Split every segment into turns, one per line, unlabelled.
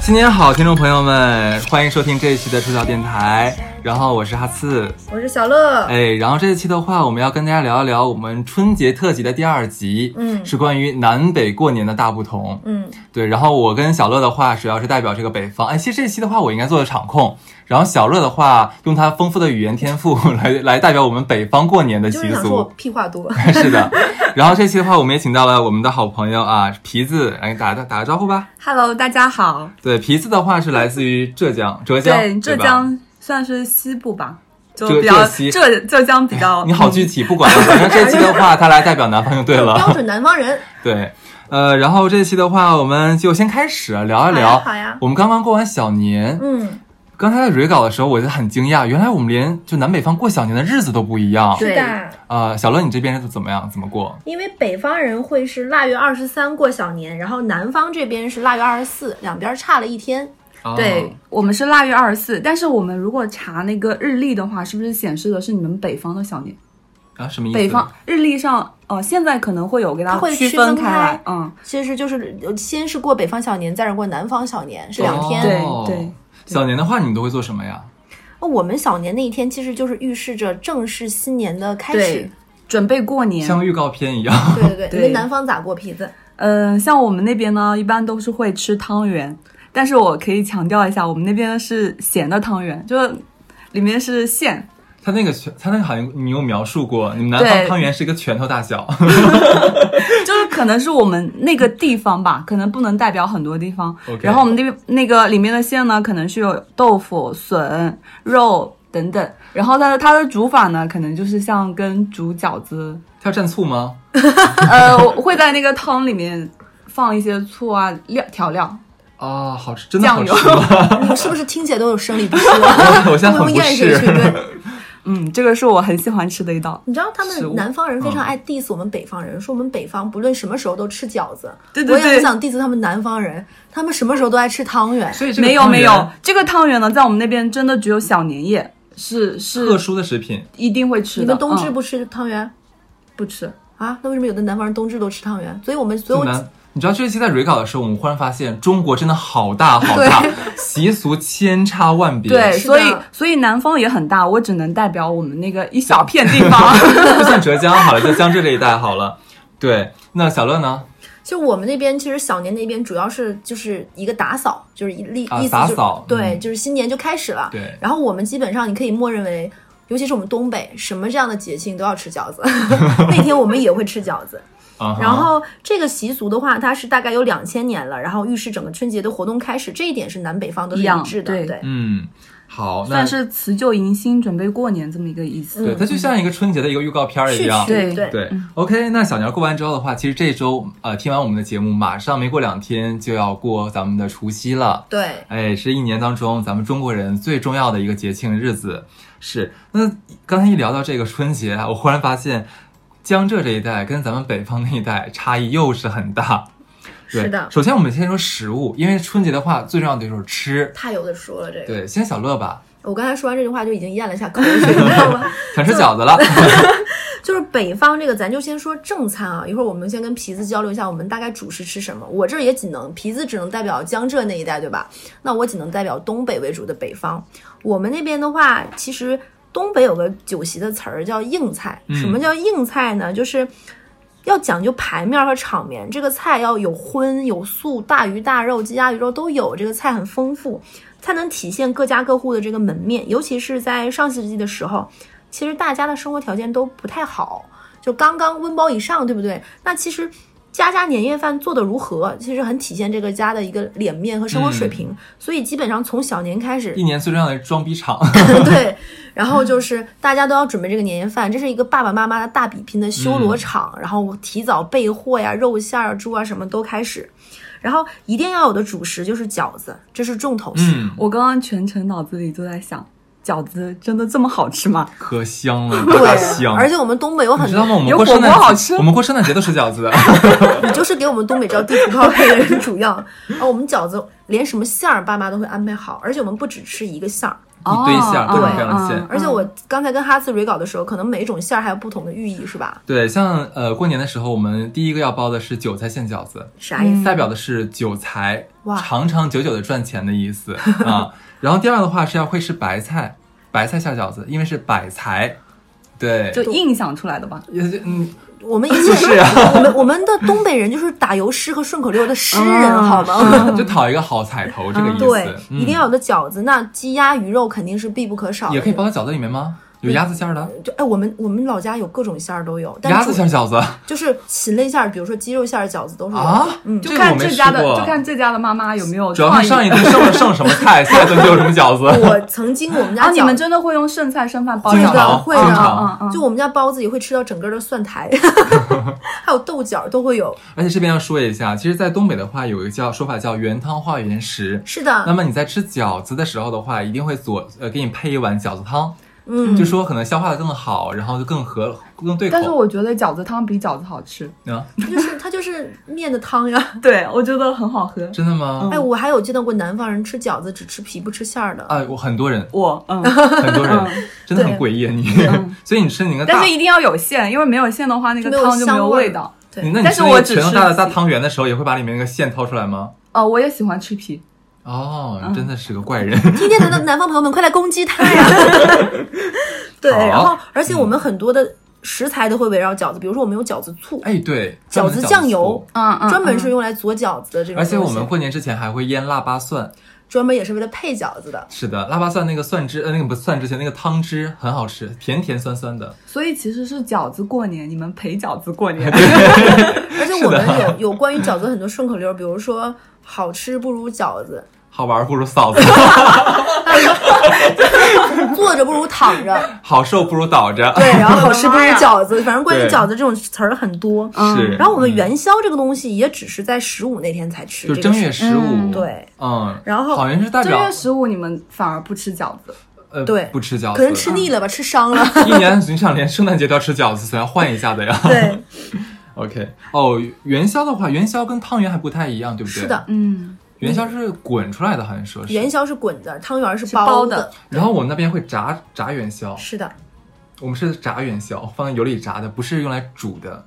新年好，听众朋友们，欢迎收听这一期的出逃电台。然后我是哈刺，
我是小乐。
哎，然后这一期的话，我们要跟大家聊一聊我们春节特辑的第二集，
嗯
是关于南北过年的大不同。
嗯，
对，然后我跟小乐的话，主要是代表这个北方。哎，其实这一期的话，我应该做的场控，然后小乐的话，用他丰富的语言天赋来 来代表我们北方过年的
就是
习
想说我
俗。
屁话多。
是的，然后这期的话，我们也请到了我们的好朋友啊，皮子来给打个打个招呼吧。
Hello，大家好。
对，皮子的话是来自于浙江，浙江，
对，浙
吧。
江算是西部吧，就
浙
比较
浙西
浙浙江比 较。
你好具体，不管了，反正这期的话，他来代表南方就对
标
了。
准南方人，
对，呃，然后这期的话，我们就先开始啊聊一聊。
好呀好呀
我们刚刚过完小年，
嗯，
刚才在蕊稿的时候，我就很惊讶，原来我们连就南北方过小年的日子都不一样。
是
对
的，
呃，小乐，你这边是怎么样？怎么过？
因为北方人会是腊月二十三过小年，然后南方这边是腊月二十四，两边差了一天。
哦
对，我们是腊月二十四，但是我们如果查那个日历的话，是不是显示的是你们北方的小年？
啊，啊什么意思？
北方日历上，哦，现在可能会有给大
它会
家区
区分
分开来
开，
嗯，
其实就是呃先是过北方小年，再是过南方小年，是两天。
哦
对对。
小年的话，你们都会做什么呀？
哦我们小年那一天其实就是预示着正式新年的开始
对。，准备过年。
像预告片一样。
对对对，
对
你们南方咋过皮子？
嗯，像我们那边呢，一般都是会吃汤圆，但是我可以强调一下，我们那边是咸的汤圆，就是里面是馅，
他那个拳，他那个好像你有描述过，你们南方
对
汤圆是一个拳头大小。
就是可能是我们那个地方吧，可能不能代表很多地方。
OK
然后我们那边那个里面的馅呢，可能是有豆腐、笋、肉等等。然后它的它的煮法呢，可能就是像跟煮饺子，
他要蘸醋吗？
呃，我会在那个汤里面放一些醋啊料调料。
啊、好吃，真的好吃
酱
吗？
你们是不是听起来都有生理不适
我
了？
我现在很
都
不
咽
适
下去对，
嗯，这个是我很喜欢吃的一道。
你知道他
食物
们南方人非常
嗯
爱 diss 我们北方人，说我们北方不论什么时候都吃饺子。
对对
我也很
对
想 diss 他们南方人，他们什么时候都爱吃汤圆。
所以这个
没有
汤圆
没有，这个汤圆呢，在我们那边真的只有小年夜是
特
是
殊的食品，
一定会吃的。
你们冬至
嗯
不吃汤圆、
不吃？
啊？那为什么有的南方人冬至都吃汤圆？所以我们所
就
有
难。你知道这一期在蕊稿的时候，我们忽然发现中国真的好大好大，习俗千差万别。
对，
是
所以
的
所以南方也很大，我只能代表我们那个一小片地 方。
就算浙江好了，就江浙这一带好了。对，那小乐呢？
就我们那边，其实小年那边主要是就是一个打扫，就是一例、
啊
意思
打
就
扫
对，
嗯
就是新年就开始了。
对
然后我们基本上你可以默认为，尤其是我们东北，什么这样的节庆都要吃 饺子。那天我们也会吃饺子。
啊哈，
然后这个习俗的话，它是大概有两千年了，然后预示整个春节的活动开始，这一点是南北方都是
一样
一致的。
对
对，
嗯，好，那
算是辞旧迎新，准备过年这么一个意思。
对，它就像一个春节的一个预告片儿一
序
样。
曲
对
嗯对。
对，OK，那小年儿过完之后的话，其实这周呃听完我们的节目，马上没过两天就要过咱们的除夕了。
对
哎，是一年当中咱们中国人最重要的一个节庆日子。是，那刚才一聊到这个春节啊，我忽然发现，江浙这一带跟咱们北方那一带差异又是很大。对
是的
首先我们先说食物，因为春节的话最重要的就是吃。
太有的说了，这个
对，先小乐吧，
我刚才说完这句话就已经咽了一下口水，你知道吗？
想吃饺子了。
就是北方这个，咱就先说正餐啊。一会儿我们先跟皮子交流一下，我们大概主食吃什么。我这儿也仅能皮子只能代表江浙那一带，对吧？那我仅能代表东北为主的北方。我们那边的话，其实东北有个酒席的词儿叫硬菜。
嗯
什么叫硬菜呢？就是要讲究排面和场面，这个菜要有荤有素，大鱼大肉、鸡鸭鱼肉都有，这个菜很丰富，才能体现各家各户的这个门面。尤其是在上世纪的时候，其实大家的生活条件都不太好，就刚刚温饱以上，对不对？那其实家家年夜饭做的如何，其实很体现这个家的一个脸面和生活水平。所以基本上从小年 开始
一，年最重要的是装逼场，
对，然后就是大家都要准备这个年夜饭，这是一个爸爸妈妈的大比拼的修罗场，然后提早备货呀、肉馅儿、猪啊什么都开始，然后一定要有的主食就是饺子，这是重头戏。
嗯，
我刚刚全程脑子里都在想，饺子真的这么好吃吗？
可香了，大
对，
香。
而且我们东北有
你
很
知道
多，
吗？我们
有
过
火
圣诞
锅
节
好吃
我们过圣诞节都吃饺子的。
你就是给我们东北照地图炮的人主要。啊，我们饺子连什么馅儿爸妈都会安排好，而且我们不只吃一个馅儿。
一堆馅儿，
哦
各种各样的馅。
嗯
而且我刚才跟哈次 re 稿的时候，可能每一种馅儿还有不同的寓意，是吧？
对，像呃过年的时候，我们第一个要包的是韭菜馅饺子，
啥意思？
代表的是久财
嗯哇，
长长久久的赚钱的意思啊。然后第二的话是要会吃白菜，白菜下饺子，因为是百财，对，
就硬想出来的吧？
也是嗯，
我们一切，
是呀
我们我们的东北人就是打油诗和顺口溜的诗人，
嗯
好吗？
就讨一个好彩头这个意思。
对，
嗯
一定要有的饺子，那鸡鸭鱼肉肯定是必不可少的。
也可以包在饺子里面吗？有鸭子馅儿的，
就哎，我们我们老家有各种馅儿都有，
鸭
但
子
主
馅儿饺子
就是禽类馅儿，比如说鸡肉馅儿、饺子都是有的。
啊，
嗯
这
就
个我
看
没
这
吃
家的，
过
就看这家的妈妈有没有
主要
创
是
意。
上一顿剩了剩什么菜，下一顿就有什么饺 子。
我曾经我们
啊，
家
你
饺
们
子，
真的会用剩菜剩饭包
经
饺子？
常
会
经
的
常，
嗯嗯
就我们家包子也会吃到整个的蒜苔， 还有豆角都会有。
而且这边要说一下，其实，在东北的话，有一个叫说法叫“原汤化原食”，
是
那
啊
的，
么你在吃饺子的时候的话，一定会左呃给你配一碗饺子汤，
嗯
就说可能消化的更好，然后就更合更对口。
但是我觉得饺子汤比饺子好吃。
啊，
它就是它就是面的汤呀。
对，我觉得很好喝。
真的
嗯
吗？
哎，我还有见到过南方人吃饺子只吃皮不吃馅儿的。
哎，我很多 人，
我嗯，
很多人
嗯
真的很
对
诡异啊你， 所以你吃你那个大
但是，一定要有馅，因为没有馅的话，那个
就没有
汤就没
香
有
味儿
味道。
对
你那你
但是
吃那
我
个
只
拳头
吃
大的
皮
大汤圆的时候，也会把里面那个馅掏出来吗？
呃，我也喜欢吃皮，
哦，你真的是个怪人。
嗯
今天的南方朋友们，快来攻击 他呀！对，
好
然后而且我们很多的食材都会围绕饺子，比如说我们有饺子醋，
哎，对，
饺子酱油
专门的饺子醋。
嗯嗯，
专门是用来佐饺子的这种
而
东西，
且我们过年之前还会腌腊八蒜，
专门也是为了配饺子 的。
是的，腊八蒜那个蒜汁，呃，那个不是蒜汁，那个汤汁很好吃，甜甜酸酸的。
所以其实是饺子过年，你们陪饺子过 年。
而且我们有有关于饺子很多顺口溜，比如说好吃不如饺子，
好玩不如嫂子，
坐着不如躺着，
好受不如倒着。
对，然后好
我的
吃不如
妈呀
饺子，反正关于
对
饺子这种词儿很多。
嗯
是。
然后我们
嗯
元宵这个东西也只是在十五那天才吃，
就
这
是
个
正
是
月十五，
嗯，
对，
嗯，
然后
好像是代
正
表
月十五你们反而不吃饺子，
呃
对
不吃饺子，
可能吃
嗯
腻了吧，吃伤 了。
一年平常连圣诞节都要吃饺子，所以要换一下的呀。
对，
OK，哦，元宵的话，元宵跟汤圆还不太一样，对不对？
是的，，
嗯，
元宵是滚出来的，好像说是。
元宵是滚的，汤圆儿是
是包
的
的，
然后我们那边会炸炸元宵，
是的。
我们是炸元宵，放在油里炸的，不是用来煮的。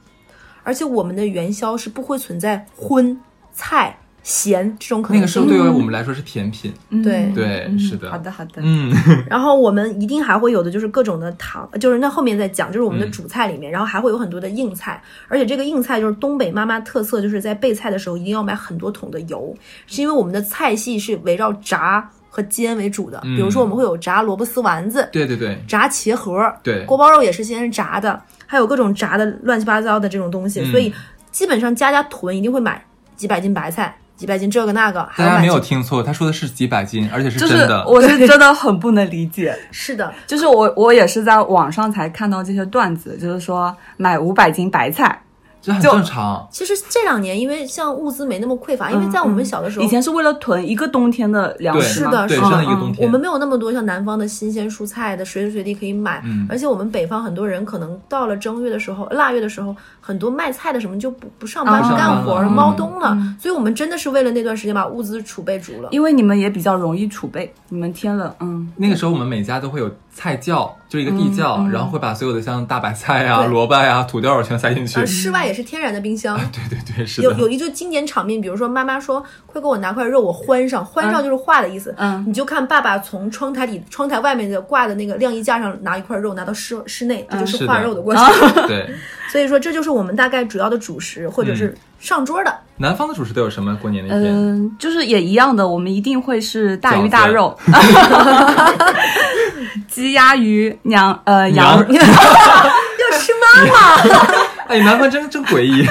而且我们的元宵是不会存在荤菜咸这种可
那
能
个时
性。
候对于我们来说是甜品。
嗯
对
对
嗯
是的
好的好的，
嗯，
然后我们一定还会有的就是各种的糖，就是那后面再讲，就是我们的
嗯
主菜里面，然后还会有很多的硬菜，而且这个硬菜就是东北妈妈特色，就是在备菜的时候一定要买很多桶的油，是因为我们的菜系是围绕炸和煎为主的，
嗯
比如说我们会有炸萝卜丝丸子、
对对对
炸茄盒，
对，
锅包肉也是先是炸的，还有各种炸的乱七八糟的这种东西，
嗯
所以基本上家家囤一定会买几百斤白菜，几百斤这个那个，还
大
要
家
买
没有
几
听错，他说的是几百斤，而且是
就
真
是
的。
我 是真的很不能理解，
是的，
就是我我也是在网上才看到这些段子，就是说买五百斤白菜，
这很
就
正常。
其实这两年因为像物资没那么匮乏，因为
嗯
在我们小的时候，
以前是为了囤一个冬天的粮
对，
食嘛，
是的
对，
是
真
的
的一个冬
嗯
天。
我们没有那么多像南方的新鲜蔬菜的，随时随地可以买。
嗯
而且我们北方很多人可能到了正月的时候、腊月的时候，很多卖菜的什么就不不上班
啊
不干活了，猫
嗯
冬了。所以我们真的是为了那段时间把物资储备足了。
因为你们也比较容易储备，你们天冷，嗯，
那个时候我们每家都会有菜窖，就是一个地窖，然后会把所有的像大白菜啊、
对
萝卜呀、土豆儿全塞进去
啊
而。室啊外也是天然的冰箱。
对对对，是
有
的。
有一句经典场面，比如说妈妈说：“快给我拿块肉，我欢上。”欢上就是画的意思。
嗯
你就看爸爸从窗台底、窗台外面的挂的那个晾衣架上拿一块肉拿到室室内，
嗯
这就是
是
画
的
肉的过程。
啊
对，
所以说，这就是我们大概主要的主食或者是上桌的。
南方的主食都有什么？过年那天、
嗯，就是也一样的，我们一定会是大
饺
鱼
子
大肉， 鸡鸭鱼羊呃 羊
羊
要吃妈妈，
哎，南方真真诡异。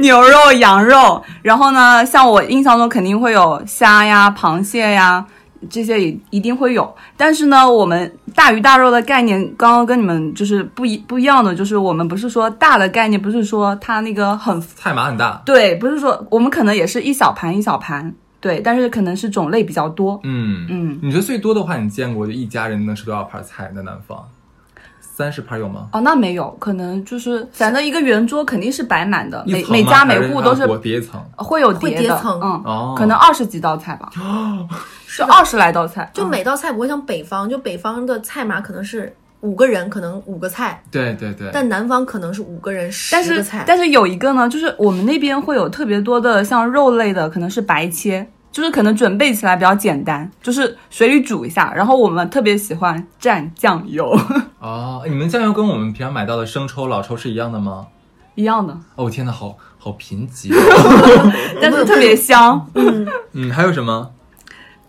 牛肉羊肉，然后呢，像我印象中肯定会有虾呀、螃蟹呀。这些也一定会有，但是呢，我们大鱼大肉的概念刚刚跟你们就是不一不一样的，就是我们不是说大的概念，不是说它那个很
菜码很大。
对，不是说我们可能也是一小盘一小盘，对，但是可能是种类比较多。
嗯
嗯，
你觉得最多的话，你见过就一家人能吃多少盘菜？在南方，三十盘有吗？
哦，那没有，可能就是反正一个圆桌肯定是摆满的，每
一层
每
吗
家
还
每
是
户
它
都是
裹叠一层。
会有
会
叠的，
叠层
嗯，
哦
可能二十几道 菜吧，就二十来道菜，
就
嗯
每道菜不会像北方，就北方的菜码可能是五个人，可能五个菜，
对对对，
但南方可能是五个人十
但
个
是
菜。
但是有一个呢，就是我们那边会有特别多的像肉类的，可能是白切，就是可能准备起来比较简单，就是水里煮一下，然后我们特别喜欢蘸酱油，
哦，你们酱油跟我们平常买到的生抽、老抽是一样的吗？
一样的，
哦，天哪，好好贫瘠、 哦。
但是特别香，
嗯，还有什么？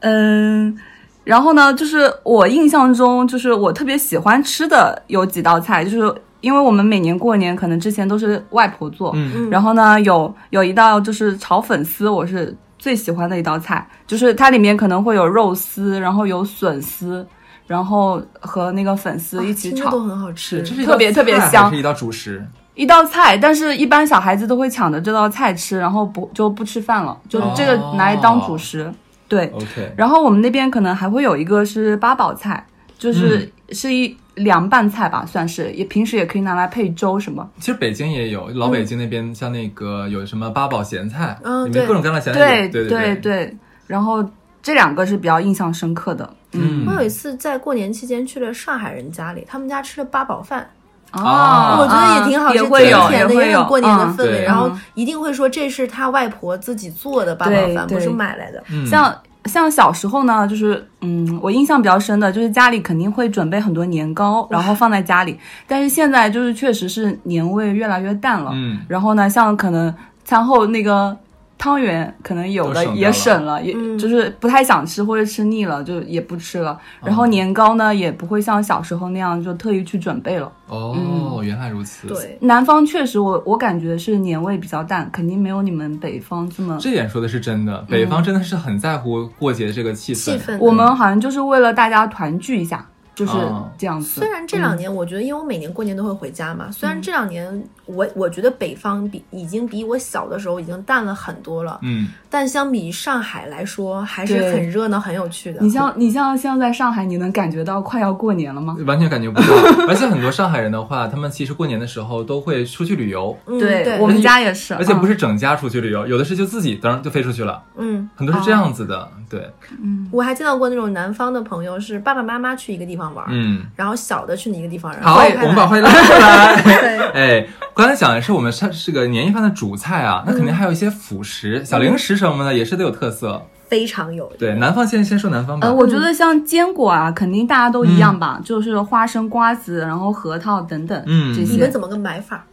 嗯。然后呢，就是我印象中，就是我特别喜欢吃的有几道菜，就是因为我们每年过年可能之前都是外婆做，
嗯，
嗯
然后呢，有有一道就是炒粉丝，我是最喜欢的一道菜，就是它里面可能会有肉丝，然后有笋丝，然后和那个粉丝一起
听着
炒、
啊都很好
是，
吃
这是一
特别
道菜
特别
还
香
是一道主食。
一道菜，但是一般小孩子都会抢着这道菜吃，然后不就不吃饭了，就是这个拿来当主食。对，
OK，
然后我们那边可能还会有一个是八宝菜，就是、是一凉拌菜吧，算是也平时也可以拿来配粥什么。
其实北京也有，老北京那边像那个有什么八宝咸菜，
嗯
里
对
面各种各样的咸菜
对
有，对
对
对，
然后这两个是比较印象深刻的。
嗯
我有一次在过年期间去了上海人家里，他们家吃了八宝饭，
啊
我觉得也挺好吃，
也会有，
甜甜的，
会有
有过年的
嗯
氛围。
对
然后一定会说这是他外婆自己做的八宝饭，
对
不是
对
买来的。
嗯，
像像小时候呢，就是嗯，我印象比较深的就是家里肯定会准备很多年糕，然后放在家里。但是现在就是确实是年味越来越淡了。
嗯
然后呢，像可能餐后那个。汤圆可能有的
都省掉
也
了
省了，也
嗯
就是不太想吃或者吃腻了，就也不吃了。然
嗯
后年糕呢，也不会像小时候那样就特意去准备了。
哦，原来如此，，
嗯对，
南方确实我，我感觉是年味比较淡，肯定没有你们北方这么。
这点说的是真的，北方真的是很在乎过节这个气氛，
嗯气氛。
我们好像就是为了大家团聚一下，就是
哦
这样子。
虽然这两年，我觉得，因为我每年过年都会回家嘛。虽
嗯
然这两年，我我觉得北方比已经比我小的时候已经淡了很多了，
嗯，
但相比上海来说，还是
对
很热闹、很有趣的。
你像你像像在上海，你能感觉到快要过年了吗？
完全感觉不到。 而且很多上海人的话，他们其实过年的时候都会出去旅游，
嗯
我
对，啊
们家也是，嗯
而且不
是、
是整家出去旅游，有的是就自己噔就飞出去了，
嗯，
很多是这样子的。对，
嗯
我还见到过那种南方的朋友，是爸爸妈妈去一个地方玩，
嗯，
然后小的去一个地方，然后
好，
掰开
我们把
啊来
话题拉回来。
对
哎，刚才讲的是我们上是个年夜饭的主菜啊，那肯定还有一些辅食、小零食什么的，也是得有特色。
非常有
对，南方先先说南方吧
呃，。我觉得像坚果啊，肯定大家都一样吧，就是花生、瓜子，然后核桃等等，
嗯
这
你们
些
怎么个买法？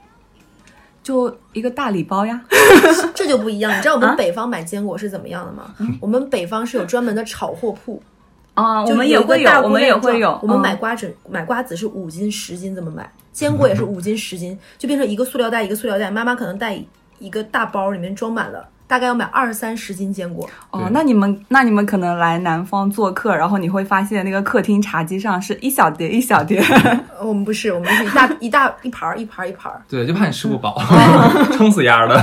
就一个大礼包 呀。
这就不一样。你知道我们北方买坚果是怎么样的吗？我们北方是有专门的炒货铺，
啊、我
就
们
有
也
一个
会有
大，
我
姑
们
娘
也会有
装，我们
嗯
买瓜子，买瓜子是五斤、十斤这么买，坚果也是五斤、十斤，就变成一个塑料袋一个塑料袋。妈妈可能带一个大包，里面装满了。大概要买二三十斤坚果，
哦
对，
那你们那你们可能来南方做客，然后你会发现那个客厅茶几上是一小碟一小碟，
呃我们不是，我们是一 大一大一盘儿一盘儿一盘儿。
对，就怕你吃不饱， 撑死丫的。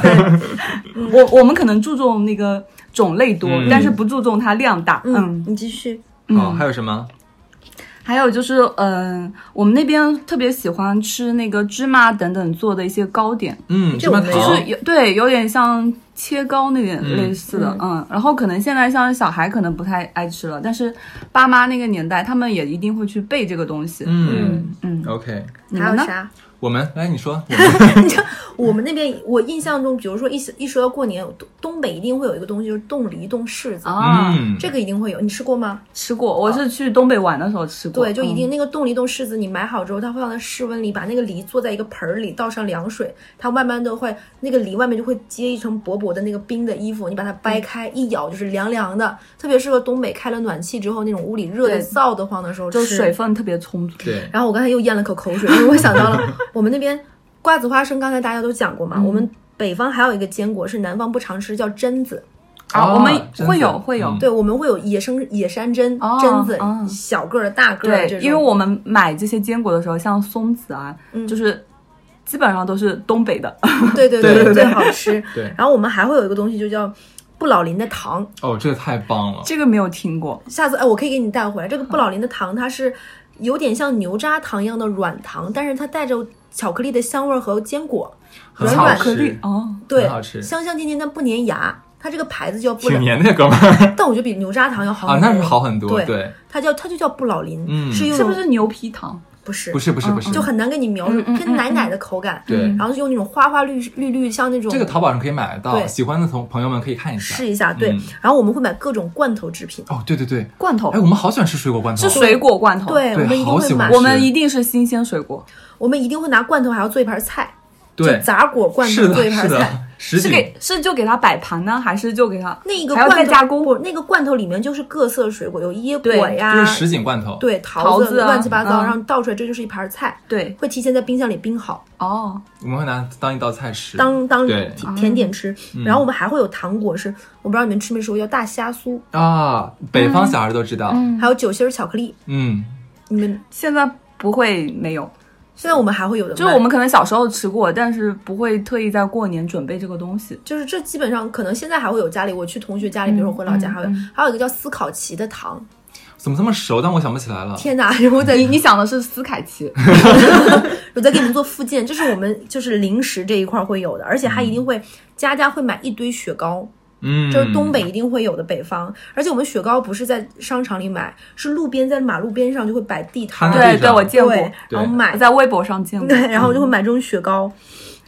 嗯
我我们可能注重那个种类多，
嗯
但是不注重它量大。
嗯，你继续。
哦，还有什么？
还有就是，嗯、我们那边特别喜欢吃那个芝麻等等做的一些糕点，
嗯，芝麻
这
就
我没
糖
是。有对有点像切糕那点
嗯
类似的，嗯然后可能现在像小孩可能不太爱吃了，但是爸妈那个年代他们也一定会去备这个东西。
嗯
嗯
，OK，
你
还
们
有
呢？
啥？
我们来你说，
我们那边，我印象中，比如说一一说到过年，东东北一定会有一个东西，就是冻梨、冻柿子，
啊，
嗯，
这个一定会有。你吃过吗？
吃过，我是去东北玩的时候吃过。
对，就一定
嗯
那个冻梨冻柿子，你买好之后，它会放在室温里，把那个梨做在一个盆儿里，倒上凉水，它慢慢的会，那个梨外面就会结一层薄薄的那个冰的衣服，你把它
嗯
掰开一咬，就是凉凉的，特别适合东北开了暖气之后那种屋里热的
对
燥得慌的时候
嗯就
吃。
水分特别充足。
对，
然后我刚才又咽了口口水，因为我想到 了我们那边瓜子花生，刚才大家都讲过嘛，
嗯
我们北方还有一个坚果是南方不常吃，叫榛子。
啊，
哦
我们
榛
会
子
有会有
嗯
对，我们会有野生野山榛、
哦
榛子，
哦
小个儿的、大个儿的这
对，
种。
因为我们买这些坚果的时候，像松子啊，
嗯
就是基本上都是东北的。
对对
对对
最好吃。
对
然后我们还会有一个东西，就叫不老林的糖。
哦，这个太棒了，
这个没有听过，
下次哎，我可以给你带回来。这个不老林的糖，它是有点像牛轧糖一样的软糖，但是它带着巧克力的香味儿和坚果，
很
软
好
软
吃
的，
是
哦，
对
很好，吃
香香甜甜，但不粘牙。它这个牌子叫不
挺
老，
黏的哥们儿
但我觉得比牛轧糖要好
啊，
很多
那是好很多，
对
对，
它叫它就叫不老林，
嗯
是用
是不是牛皮糖？
不是
不是不是
嗯
不是，
就很难跟你描述
嗯嗯嗯
偏奶奶的口感，
对
然后用那种花花绿绿绿，像那种
这个淘宝上可以买得到，
对
喜欢的同朋友们可以看一下
试。一下，对
嗯，
然后我们会买各种罐头制品，
哦，对对对，
罐头
哎，我们好喜欢吃水果罐头
是，水果罐头，
对，
哦
我
对
们一定
好
会
喜欢
买
吃
我，们一定是新鲜水果，
我们一定会拿罐头，还要做一盘菜，就
对，
杂果罐头
是
做一
的，
盘
是
菜。
的，实
是
景
给是就给它摆盘呢，还是就给它
那个
还要
罐头
再加工
不，那个罐头里面就是各色水果，有椰果
对
就
呀
是，实景罐头，
啊对，
桃
桃
子啊
乱七八糟，
嗯
然后倒出来，这就是一盘菜，
对
会提前在冰箱里冰好，
哦，
我们会拿当一道菜吃。
当当
对嗯
甜甜点吃。然后我们还会有糖果，是我不知道你们吃没吃过，叫大虾酥，
啊，北方小孩都知道，
嗯
还有酒心儿巧克力，
嗯，
你们
现在不会没有，
现在我们还会有的卖，
就是我们可能小时候吃过，但是不会特意在过年准备这个东西。
就是这基本上可能现在还会有家里，我去同学家里，比如说回老家
嗯
还会，还有一个叫斯考奇的糖，
怎么这么熟？但我想不起来了。
天哪！ 然后我在
你你想的是斯 凯奇，
我在给你们做附件，这是我们就是零食这一块会有的，而且还一
嗯
定会家家会买一堆雪糕，
嗯，
这是东北一定会有的北方，而且我们雪糕不是在商场里买，是路边在马路边上就会摆地摊
摊
儿，
上
对对，我见过，
对，然后买
我，在嗯微博上见过
对。，然后就会买这种雪糕。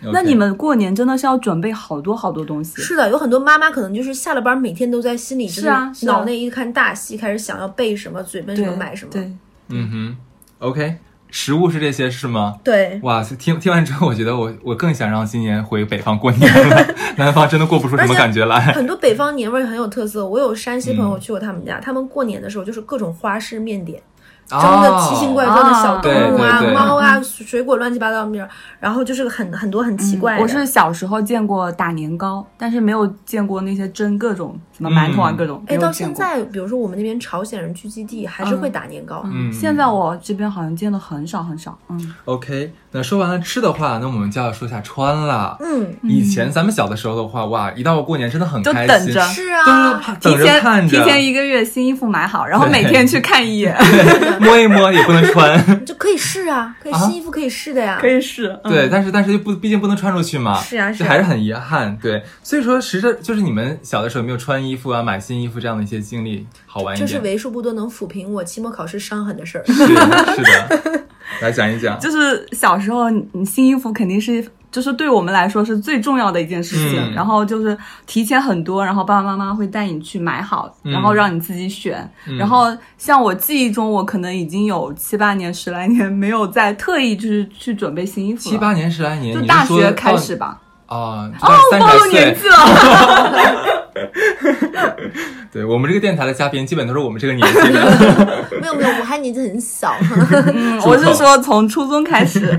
OK。
那你们过年真的是要准备好多好多东西，
是的，有很多妈妈可能就是下了班每天都在心里，就是
啊是啊
脑内一看大戏，开始想要备什么，嘴边什
对
么买什么。
对，
嗯哼，OK，食物是这些是吗？
对，
哇，听听完之后，我觉得我我更想让今年回北方过年了，南方真的过不出什么感觉来。
很多北方年味儿很有特色。我有山西
嗯
朋友去过他们家，他们过年的时候就是各种花式面点，蒸的奇形怪
哦
状的小动物
哦
啊、
对对对
猫啊、水果乱七八糟的面儿，然后就是很很多很奇怪的。
我是小时候见过打年糕，但是没有见过那些蒸各种什么馒头啊
嗯
各种。
哎，
没有
到
见
现
过，
在，比如说我们那边朝鲜人聚集地还是会打年糕，
嗯
现在我这边好像见的很少很少。嗯，
OK，那说完了吃的话，那我们就要说下穿了。
嗯，
以前咱们小的时候的话，哇，一到过年真的很开
就
心，
等着
是
都
啊，
是
提
等着
前
看
提
着，
前一个月新衣服买好，然后
对
每天去看一眼，
摸一摸也不能穿，
就可以试啊，可以
啊
新衣服可以试的呀，
以试。嗯
对，但是但是就不，毕竟不能穿出去嘛，
是啊
这
是啊
还是很遗憾，对，所以说，实质就是你们小的时候有没有穿衣服啊、买新衣服这样的一些经历，好玩一
这
点，
是为数不多能抚平我期末考试伤痕的事儿。
是 的，是的，来讲一讲，
就是小时候，你你新衣服肯定是，就是对我们来说是最重要的一件事情。
嗯
然后就是提前很多，然后爸爸妈妈会带你去买好，
嗯
然后让你自己选。然后像我记忆中，我可能已经有七八年、十来年没有再特意就是去准备新衣服了。
七八年、十来年，
就
你
大
是说
学开
到
始吧。
啊，
哦，
三
暴
十
露年
岁
纪，了。
对我们这个电台的嘉宾基本都是我们这个年纪的，
没有没有，我还年纪很小。
嗯我是说从初中 开始。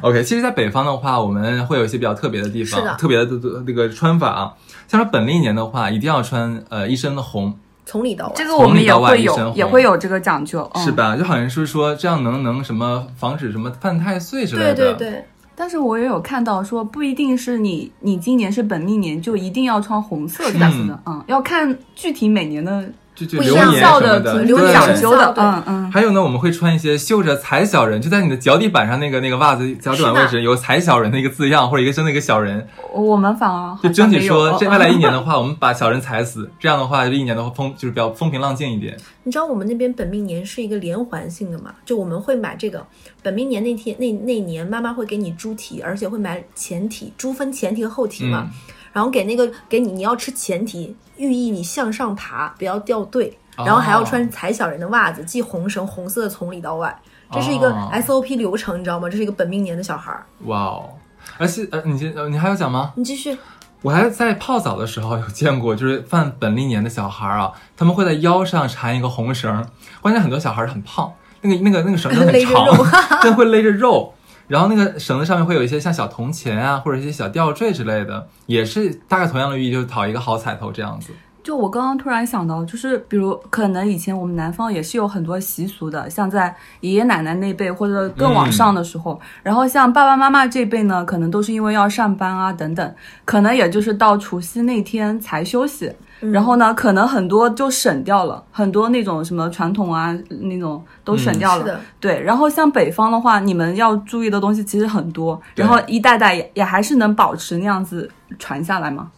OK，其实，在北方的话，我们会有一些比较特别的地
是的
方，特别的那个穿法啊。像说本历年的话，一定要穿呃一身的红，
从里到外
这，个我们也会
从里到外一身
有，
红
也会有这个讲究，嗯、
哦
是？吧？就好像是说这样能能什么防止什么犯太岁之类
对
的。
对对，
但是我也有看到说，不一定是你，你今年是本命年就一定要穿红色这样子的，嗯，要看具体每年的
就就
不一
流
样
年
效
什
的
么
挺
的，
流
对
年
讲
是
究的，
对
嗯嗯，
还有呢，我们会穿一些绣着“踩小人”，就在你的脚底板上那个那个袜子脚底板
是的
位置有“踩小人”的一个字样，或者一个真的一个小人，
我们反而好
就
像
争取
没有
哦
说这
嗯
未来一年的话，我们把小人踩死，这样的话这一年的话风就是比较风平浪静一点。
你知道我们那边本命年是一个连环性的嘛？就我们会买这个本命年那天那那年，妈妈会给你猪蹄，而且会买前蹄，猪分前蹄和后蹄嘛。
嗯
然后给那个给你，你要吃前蹄，寓意你向上爬，不要掉队。
哦
然后还要穿踩小人的袜子，系红绳，红色的从里到外。这是一个
哦
SOP 流程，你知道吗？这是一个本命年的小孩儿。
哇哦！而且呃，你先呃你还要讲吗？
你继续，
我还在泡澡的时候有见过，就是犯本历年的小孩儿啊，他们会在腰上缠一个红绳儿。关键很多小孩儿很胖，那个那个那个绳子很
勒着
长
肉，
但会勒着肉。然后那个绳子上面会有一些像小铜钱啊，或者一些小吊坠之类的，也是大概同样的寓意，就是讨一个好彩头这样子。
就我刚刚突然想到，就是比如可能以前我们南方也是有很多习俗的，像在爷爷奶奶那辈或者更往上的时候，
嗯
然后像爸爸妈妈这辈呢，可能都是因为要上班啊等等，可能也就是到除夕那天才休息。然
嗯
嗯
后呢，可能很多就省掉了，很多那种什么传统啊那种都省掉
嗯是
了。
的，
对，然后像北方的话，你们要注意的东西其实很多，
对
然后一代代也也还是能保持那样子传下来嘛。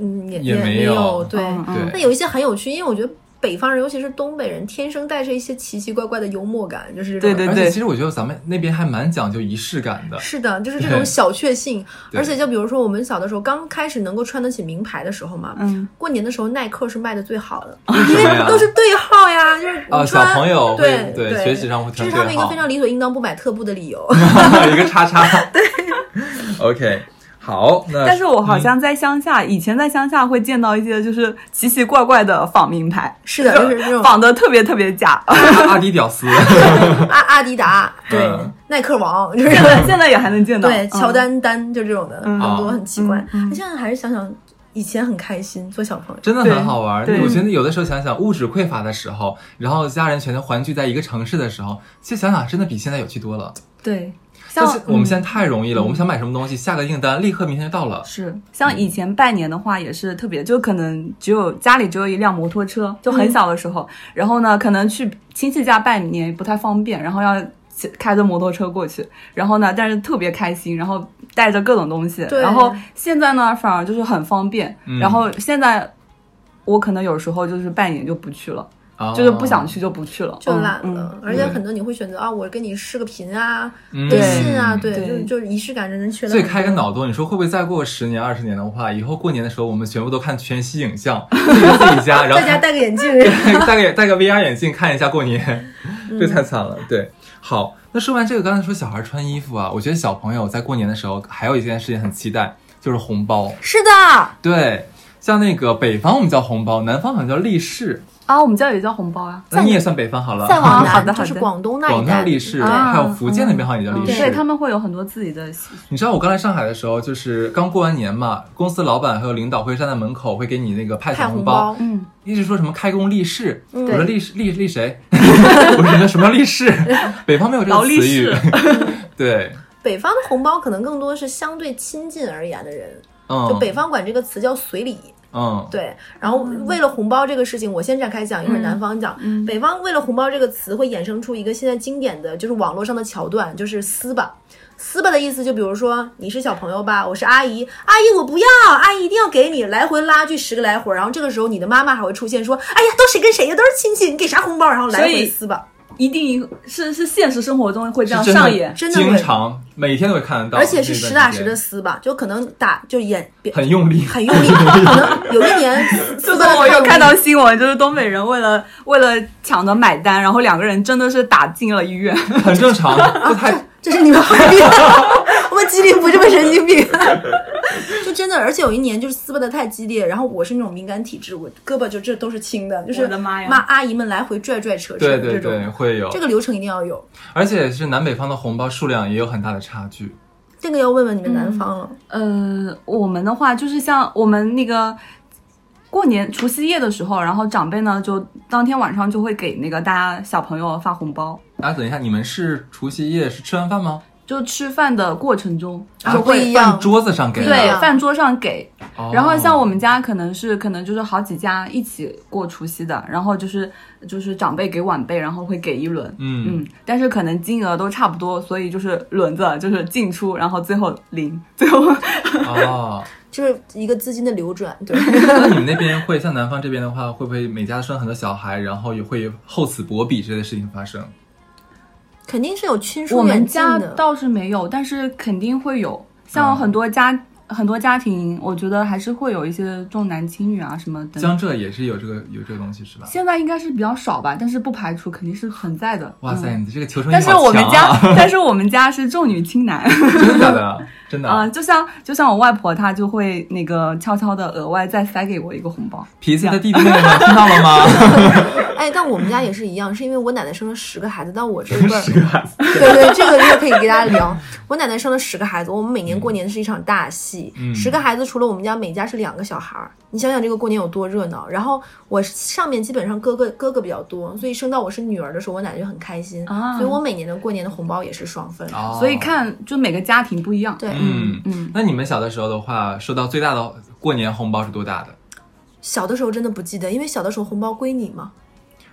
嗯，也
也没
没
有
对。
嗯嗯
对
那有一些很有趣，因为我觉得北方人，尤其是东北人，天生带着一些奇奇怪怪的幽默感，就是这种
对对
而且其实我觉得咱们那边还蛮讲究仪式感的，
是的，就是这
对
种小确幸。
对
而且就比如说我们小的时候，刚开始能够穿得起名牌的时候嘛，
嗯，
过年的时候耐克是卖的最好的，
为什么呀？
都是对号呀，就是
啊，
你
小
穿
朋友会
对
对学习上会
这
穿
是
对
他们一个
号
非，常理所应当不买特步的 理由。
一个叉叉。对，OK，好，那
但是我
嗯
好像在乡下，以前在乡下会见到一些就是奇奇怪怪的仿名牌，
是的，就是这种
仿的特别特别假。
阿迪屌丝，
阿阿迪达，对，
嗯
耐克王，就是
现在 现在也还能见到，
对
嗯
乔，丹丹就这种的，
嗯
很多
啊
很奇怪。
嗯嗯
那现在还是想想以前很开心做小朋友，
真的很好玩。
对对
我觉得有的时候想想物质匮乏的时候，然后家人全都环聚在一个城市的时候，其实想想真的比现在有趣多了。
对，像
但是我们现在太容
嗯
易了，我们想买什么东西，下个订单立刻明天就到了。
是像以前拜年的话，也是特别，就可能只有家里只有一辆摩托车，就很小的时候，然后呢，可能去亲戚家拜年不太方便，然后要骑。开着摩托车过去，然后呢，但是特别开心，然后带着各种东西，
对
然后现在呢，反而就是很方便，
嗯
然后现在我可能有时候就是拜年就不去了，
啊，
就是不想，去就不去了，
就
嗯
懒
嗯
了。而且很多你会选择啊，我跟你视个频啊，
嗯
微信啊，对，
对
就是就是仪式感真的缺了
所
很
以
多。
开个脑洞，你说会不会再过十年、二十年的话，以后过年的时候，我们全部都看全息影像，自己在自己家， 然后
在家戴个眼镜，
戴个戴个 VR 眼镜看一下过年，
嗯
这太惨了。对，好，那说完这个，刚才说小孩穿衣服啊，我觉得小朋友在过年的时候还有一件事情很期待，就是红包。
是的，
对，像那个北方我们叫红包，南方好像叫利是，
啊，我们家也叫红包啊，
那你也算北方好
再
了。
往
好的
南
好
就是
的
广东那
广
一带
东利是，
对
还有福建那边好像也叫利
对
是。
对他们会有很多自己的习
你知道我刚来上海的时候，就是刚过完年嘛，公司老板还有领导会站在门口，会给你那个派
派
小
红
红包，
包，
嗯，
一直说什么开工立誓，
嗯
我说立誓立立谁？ 我说什么叫立 誓？北方没有这
劳
个
力
词语
士。
对，
北方的红包可能更多是相对亲近而言的人，
嗯，
哦
就北方管这个词叫随礼。
嗯，
对，然后为了红包这个事情，我先展开讲，一会儿南方讲。
嗯
北方为了红包这个词，会衍生出一个现在经典的就是网络上的桥段，就是撕吧。撕吧的意思就比如说你是小朋友吧，我是阿姨，阿姨我不要，阿姨一定要给你，来回拉锯十个来回，然后这个时候你的妈妈还会出现说，哎呀，都谁跟谁呀，都是亲戚，你给啥红包？然后来
所
回
以
撕吧。
一定是是现实生活中会这样
是真的
上演，
真的会
经常每天都会看得到，
而且是
这
实
段
打
时
实
间
的撕吧，就可能打就演
很用 力，
很用 力，可能有一年撕
就
吧
跟 我有
太
看
用力
到新闻，就是东北人为了为了抢着买单，然后两个人真的是打进了医院。
很正常， 不太
这是你们怀 孕，我们吉林不这么神经病。 就真的，而且有一年就是撕巴的太激烈，然后我是那种敏感体质，我胳膊就这都是青的，就是
我的妈呀
阿姨们来回拽拽扯扯
对
的
对
这种，
对，会有
这，个流程一定要有。
而且是南北方的红包数量也有很大的差距。
这个要问问你们南方了，
呃，我们的话就是像我们那个过年除夕夜的时候，然后长辈呢就当天晚上就会给那个大家小朋友发红包，
啊，等一下，你们是除夕夜是吃完饭吗？
就吃饭的过程中
啊
就
不
会
一样
饭桌子上给的。
对
啊
饭桌上给
哦
然后像我们家可能是可能就是好几家一起过除夕的，然后就是就是长辈给晚辈，然后会给一轮，
嗯
但是可能金额都差不多，所以就是轮子就是进出，然后最后零， 最后
嗯
哦，
就是一个资金的流转，对，
那你们 那边会像南方这边的话，会不会每家生很多小孩，然后也会有厚此薄彼之类的事情发生？
肯定是有亲
我
疏
们
远近
家
的。
倒是没有，但是肯定会有，像很多家、很多家庭，我觉得还是会有一些重男轻女啊什么等等。
江浙也是有这个有这个东西是吧？
现在应该是比较少吧，但是不排除肯定是存在的。
哇塞，
嗯
你这个求生欲
但
好
是
强啊！
我们家， 但是我们家是重女轻 男。
真的假的，真的、
啊、就像就像我外婆，她就会那个悄悄的额外再塞给我一个红包。
脾气的弟弟妹妹们听到了 吗？
哎，但我们家也是一样，是因为我奶奶生了十个孩子，到我这一 辈儿
十个孩子，
对对，这个月可以给大家聊。我奶奶生了十个孩子，我们每年过年是一场大戏。
嗯
十个孩子，除了我们家每家是两个小孩儿，你想想这个过年有多热闹。然后我上面基本上哥哥哥哥比较多，所以生到我是女儿的时候，我奶奶就很开心。
啊
所以我每年的过年的红包也是双份。
哦
所以，看，就每个家庭不一样。
对，
嗯
嗯，
那你们小的时候的话，收到最大的过年红包是多大的？
小的时候真的不记得，因为小的时候红包归你嘛，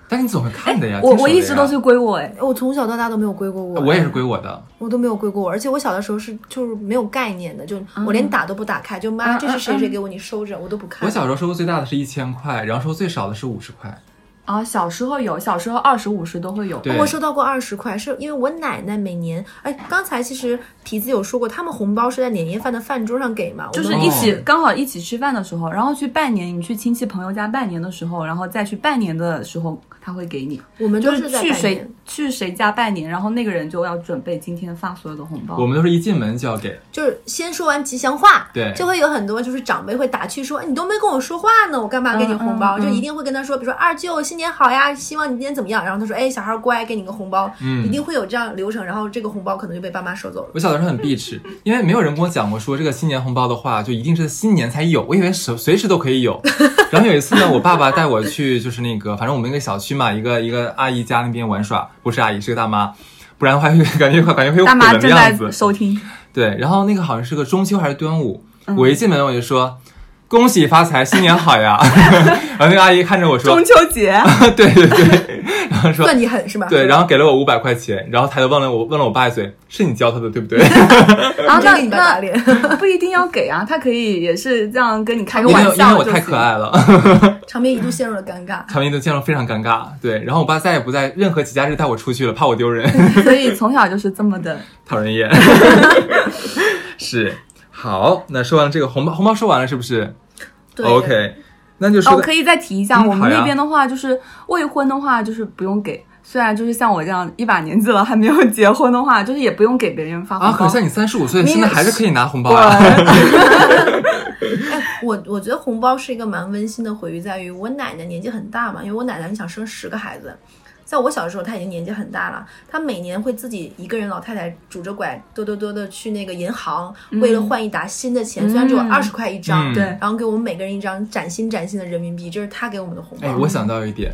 但是你总会看的呀。
哎我
啊听
我
手的
一直
呀
都是归我哎，
我从小到大都没有归过我，
啊
哎
我也是归我的，
我都没有归过我，而且我小的时候是就是没有概念的，就我连打都不打开，就妈
啊
这是谁谁给我，你收着，我都不看。
我小时候收过最大的是一千块，然后收最少的是五十块。
啊，小时候有，小时候二十五十都会有。
对
我收到过二十块，是因为我奶奶每年，哎，刚才其实皮子有说过，他们红包是在年夜饭的饭桌上给嘛，
就
我
是
们
一起、
哦
刚好一起吃饭的时候，然后去拜年，你去亲戚朋友家拜年的时候，然后再去拜年的时候，他会给你，
我们
就
都
是
在
去
拜
谁
年。
去谁家拜年，然后那个人就要准备今天发所有的红包
我。们都是一进门就要给，
就是先说完吉祥话，
对
就会有很多就是长辈会打趣说，哎，你都没跟我说话呢，我干嘛给你红包？
嗯嗯嗯
就一定会跟他说，比如说二舅新年好呀，希望你今天怎么样？然后他说，哎，小孩乖，给你个红包，
嗯
一定会有这样流程，然后这个红包可能就被爸妈收走了。
我小的时候很避齿，因为没有人跟我讲过说这个新年红包的话，就一定是新年才有，我以为随随时都可以有。然后有一次呢，我爸爸带我去，就是那个反正我们那个小区嘛，一个一个阿姨家那边玩耍，不是阿姨是个大妈，不然的话 会感觉感觉会有
大
鬼
妈
门的
正
样
在
子。
收听，
对，然后那个好像是个中秋还是端午，
嗯
我一进门我就说。恭喜发财，新年好 呀！然后那个阿姨看着我说
中秋 节，：“
对对对。”然后说：“
算你狠是吧？
对，然后给了我五百块钱，然后抬头问了我问了我爸一嘴，是你教他的对 不对？
然
直
后
接
那
给你爸打
那
脸。
不一定要给啊，他可以也是这样跟你开个
因为
玩
因为
笑
我
就
太可
行。
爱了，
场面一度陷入了尴尬。
场面都见了非常尴尬。对，然后我爸再也不在任何节假日带我出去了，怕我丢人，
所以从小就是这么的。
讨人厌。 是，好，那说完了这个红包，红包说完了是不是
对
？OK，那就
哦，
说
可以再提一下，
嗯
我们
好
那
呀
边的话就是未婚的话就是不用给，虽然就是像我这样一把年纪了还没有结婚的话，就是也不用给别人发红
啊，可
包。
是像你三十五岁，
你
现在还是可以拿红包啊。
对，
哎， 我我觉得红包是一个蛮温馨的回忆，在于我奶奶年纪很大嘛，因为我奶奶你想生十个孩子，在我小的时候她已经年纪很大了，她每年会自己一个人老太太拄着拐哆哆哆的去那个银行，为了换一沓新的钱，虽然只有
嗯
二十块一张，
嗯
对
然后给我们每个人一张崭新崭新的人民币，这是她给我们的红包。
哎，我想到一点，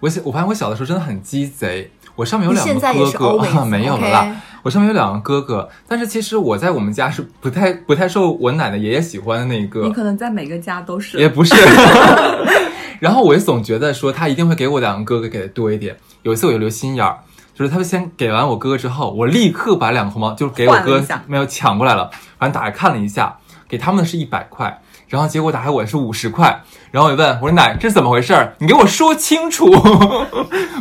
我想我发现我小的时候真的很鸡贼，我上面有
你
两个
现在也
哥
是
哥，
always，
没有了
OK
啦。我上面有两个哥哥，但是其实我在我们家是不太不太受我奶奶爷爷喜欢的那一个
你，可能在每个家都
也
是。
不是。 然后我就总觉得说他一定会给我两个哥哥给的多一点。有一次我就留心眼儿，就是他们先给完我哥哥之后，我立刻把两个红包就是给我
换了
哥
一下
没有抢过来了，反正打开看了一下，给他们的是一百块。然后结果打开我的是五十块，然后我就问我说奶这是怎么回事儿？你给我说清楚。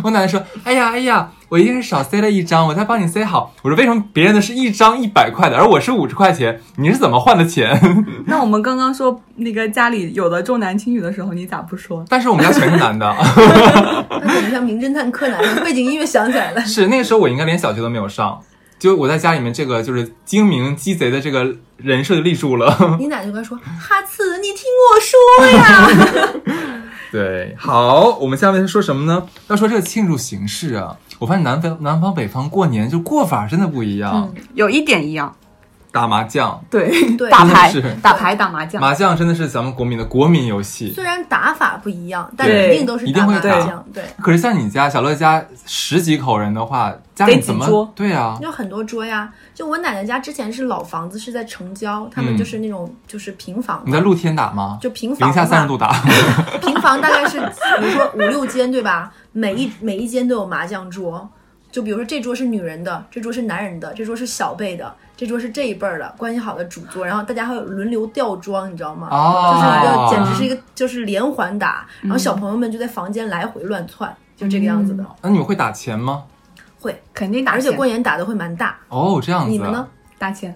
我奶奶说：“哎呀哎呀，我一定是少塞了一张，我再帮你塞好。”我说：“为什么别人的是一张一百块的，而我是五十块钱？你是怎么换的钱？”
那我们刚刚说那个家里有的重男轻女的时候，你咋不说？
但是我们家全是男的。
那感觉像名侦探柯南，背景音乐响起来了。
是那个时候我应该连小学都没有上，就我在家里面这个就是精明鸡贼的这个人设就立住了。
你奶奶就该说：“哈茨，你听我说呀。
对，好，我们下面说什么呢？要说这个庆祝形式啊，我发现南方南方北方过年就过法真的不一样，
嗯
有一点一样，
打麻将。
对，
对
打牌
真的是、
打牌、打麻将。
麻将真的是咱们国民的国民游”戏，
虽然打法不一样，但
对
一定都是
一定
打
会
麻
打
将。对，
可是像你家小乐家十几口人的话，家里
得几
怎么
桌
对啊？
有很多桌呀，就我奶奶家之前是老房子，是在城郊，他
嗯
们就是那种、就是平房嘛，
你在露天打吗？
就平房
零下
嘛
三十度打，
平房大概是比如说五六间对吧？每一每一间都有麻将桌，就比如说这桌是女人的，这桌是男人的，这桌是小辈的，这桌是这一辈儿的关系好的主桌，然后大家还有轮流吊庄，你知道吗？
哦
就是一个
哦
简直是一个就是连环打，然后小朋友们就在房间来回乱窜，就这个样子的。
那你们会打钱吗？
会，
肯定打
而且
钱，
过年打的会蛮大，
哦，这样子啊。
你们呢？
打钱，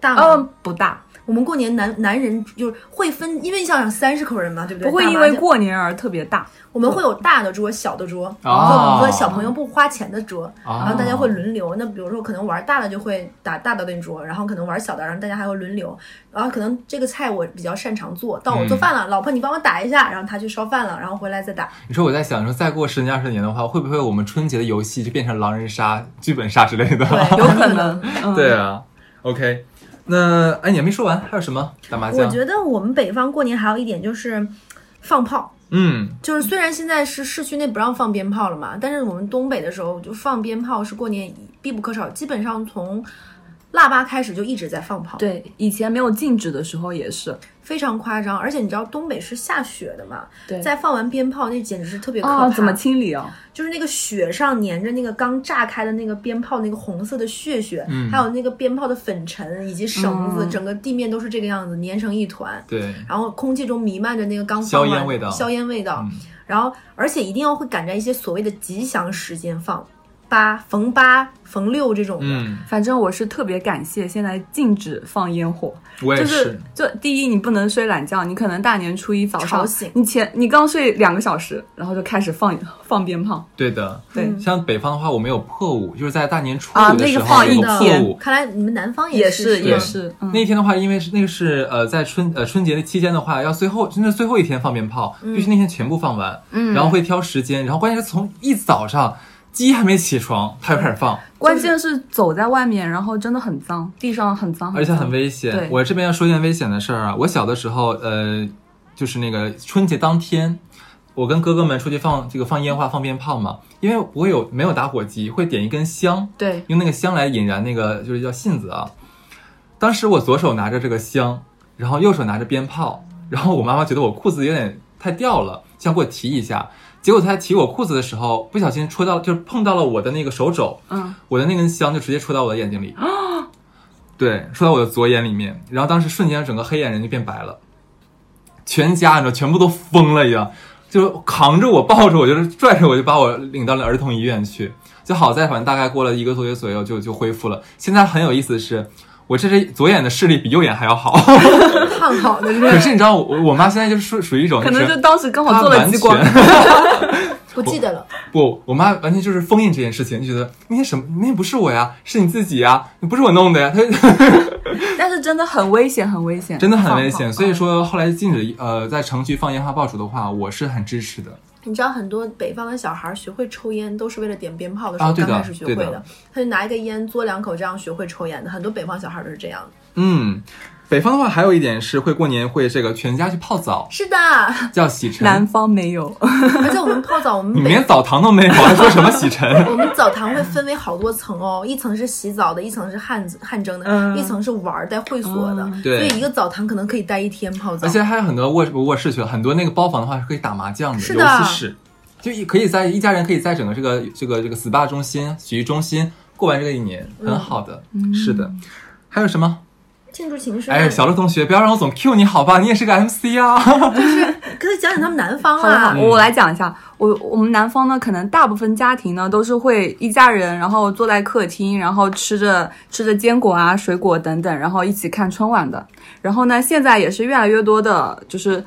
大吗？
嗯，不大，
我们过年男男人就是会分，因为你想想三十口人嘛，对不对？
不会
大
因
麻
为
将
过年而特别大。
我们会有大的桌、小的桌，和、
哦
和小朋友不花钱的桌，
哦
然后大家会轮流。那比如说可能玩大的就会打大的那桌，然后可能玩小的，然后大家还会轮流。然后可能这个菜我比较擅长做，
嗯
到我做饭了，老婆你帮我打一下，然后他去烧饭了，然后回来再打。
你说我在想说，再过十年二十年的话，会不会我们春节的游戏就变成狼人杀、剧本杀之类的？
对，
有 可能。嗯，
对啊，OK。那哎，你还没说完，还有什么打麻
我
将？
觉得我们北方过年还有一点就是放炮。
嗯，
就是虽然现在是市区内不让放鞭炮了嘛，但是我们东北的时候就放鞭炮是过年必不可少，基本上从腊八开始就一直在放炮，，
对，以前没有禁止的时候也是，
非常夸张。而且你知道东北是下雪的嘛，
对
在放完鞭炮那简直是特别可怕，
啊，怎么清理哦？
就是那个雪上粘着那个刚炸开的那个鞭炮那个红色的血血，
嗯
还有那个鞭炮的粉尘以及绳子，
嗯
整个地面都是这个样子，粘成一团。
对，
然后空气中弥漫着那个刚
硝烟
放完
味道
硝烟味道。
嗯
然后，而且一定要会赶在一些所谓的吉祥时间放，八逢八逢六这种的。
嗯，
反正我是特别感谢现在禁止放烟火，
我也，
就是是就第一你不能睡懒觉，你可能大年初一早
吵
上
醒
你前你刚睡两个小时，然后就开始放放鞭炮，
对的。
对，
嗯
像北方的话，我们有破五，就是在大年初
啊
五的
那
时
个
候、
放一
嗯有破
天
五。
看来你们南方
也
是
是
吗
也
对
是，嗯，
那天的话，因为是那个是呃，在春呃春节的期间的话，要最后真的最后一天放鞭炮，必须那天全部放完，
嗯
然后会挑时间，然后关键是从一早上鸡还没起床，它就开始放，
关键是走在外面，然后真的很脏，地上很脏，
而且
脏
很。危险
对。
我这边要说一件危险的事儿啊，我小的时候，呃，就是那个春节当天，我跟哥哥们出去放这个放烟花、放鞭炮嘛，因为我有没有打火机，会点一根香，
对，
用那个香来引燃那个就是叫信子啊。当时我左手拿着这个香，然后右手拿着鞭炮，然后我妈妈觉得我裤子有点太掉了，想给我提一下。结果她提我裤子的时候，不小心戳到，就是碰到了我的那个手肘，
嗯，
我的那根香就直接戳到我的眼睛里，对，戳到我的左眼里面，然后当时瞬间整个黑眼人就变白了，全家你知道全部都疯了一样，就扛着我抱着我，就是拽着我就把我领到了儿童医院去，就好在反正大概过了一个多月左右就就恢复了。现在很有意思的是，我这只左眼的视力比右眼还要好，
烫好的，
可是你知道我我妈现在就是属属于一种
可
就
能就是当时刚好
她
做了
完
激 光，
全
不记得了。
不，我妈完全就是封印这件事情，就觉得那些什么那些不是我呀，是你自己呀，你不是我弄的呀，她 就。
但是真的很危险，很危险，
真的很危
放
险。
炮
所以说后来禁止呃在城区放烟花爆竹的话，我是很支持的。
你知道很多北方的小孩学会抽烟都是为了点鞭炮的时候、
啊对的
刚开始学会
对的
他就拿一个烟嘬两口这样学会抽烟的，很多北方小孩都是这样的。
嗯，北方的话还有一点是会过年会这个全家去泡澡，
是的，
叫洗尘
南。方没有，
而且我们泡澡，我
你
们
们
北
连澡堂都没有，还说什么洗尘？
我们澡堂会分为好多层哦，一层是洗澡的，一层是汗汗蒸的，
嗯
一层是玩儿带会所的，
嗯
所
对
以一个澡堂可能可以待一天泡澡
而。且还有很多卧卧室去了，很多那个包房的话是可以打麻将的，
是
游
的
戏室，就一可以在一家人可以在整个这个这个这个 SPA 中心、洗浴中心过完这个一年，很好的。
嗯
是的，还有什么？
庆祝情深，
哎，小鹿同学，不要让我总 Q 你好吧？你也是个 MC 啊。
可以讲讲他们南方
好了，
啊
好，，我来讲一下，我我们南方呢，可能大部分家庭呢都是会一家人，然后坐在客厅，然后吃着吃着坚果啊、水果等等，然后一起看春晚的。然后呢，现在也是越来越多的，就是。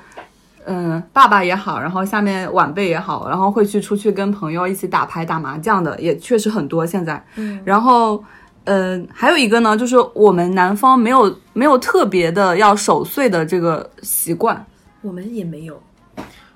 嗯，爸爸也好，然后下面晚辈也好，然后会去出去跟朋友一起打牌、打麻将的，也确实很多现在。
嗯，
然后，呃，还有一个呢，就是我们南方没有没有特别的要守岁的这个习惯，
我们也没有。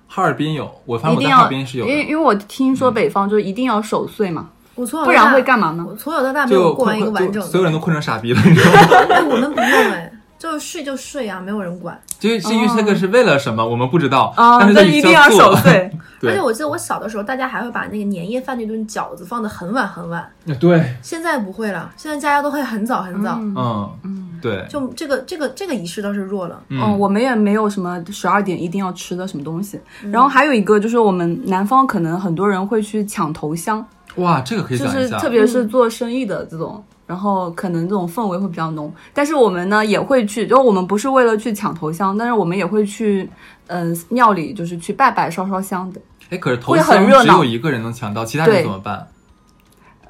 哈尔滨有，我反正
一
我
定
在哈
要，
尔滨是有
因
的嗯
为。因为我听说北方就是一定要守岁嘛，
我从小
不
到
然
大
会干嘛呢？
我从小到大没有
就
过完一个
困
完
就
整的。
所有人都困成傻逼了，你知道 吗？
哎，我们不用哎，就是睡就睡啊，没有人管。
就是至于这个是为了什么，我们不知道，
啊，
但是
但
就
哦一定要
做
守。岁。
而且
对
我记得我小的时候，大家还会把那个年夜饭那顿饺子放的很晚很晚，
对，
现在不会了，现在家家都会很早很早。
嗯
嗯对，
就这个这个这个仪式倒是弱了，
嗯，我们也没有什么十二点一定要吃的什么东西。
嗯
然后还有一个就是我们南方可能很多人会去抢头香，
哇，这个可以
就
讲
是
一下
特。别是
嗯
做生意的这种，然后可能这种氛围会比较浓。但是我们呢也会去，就我们不是为了去抢头香，但是我们也会去，嗯、庙里就是去拜拜烧烧香的，
哎，可是头
会很
香
热
只
闹
有一个人能抢到，其他人
对
怎么办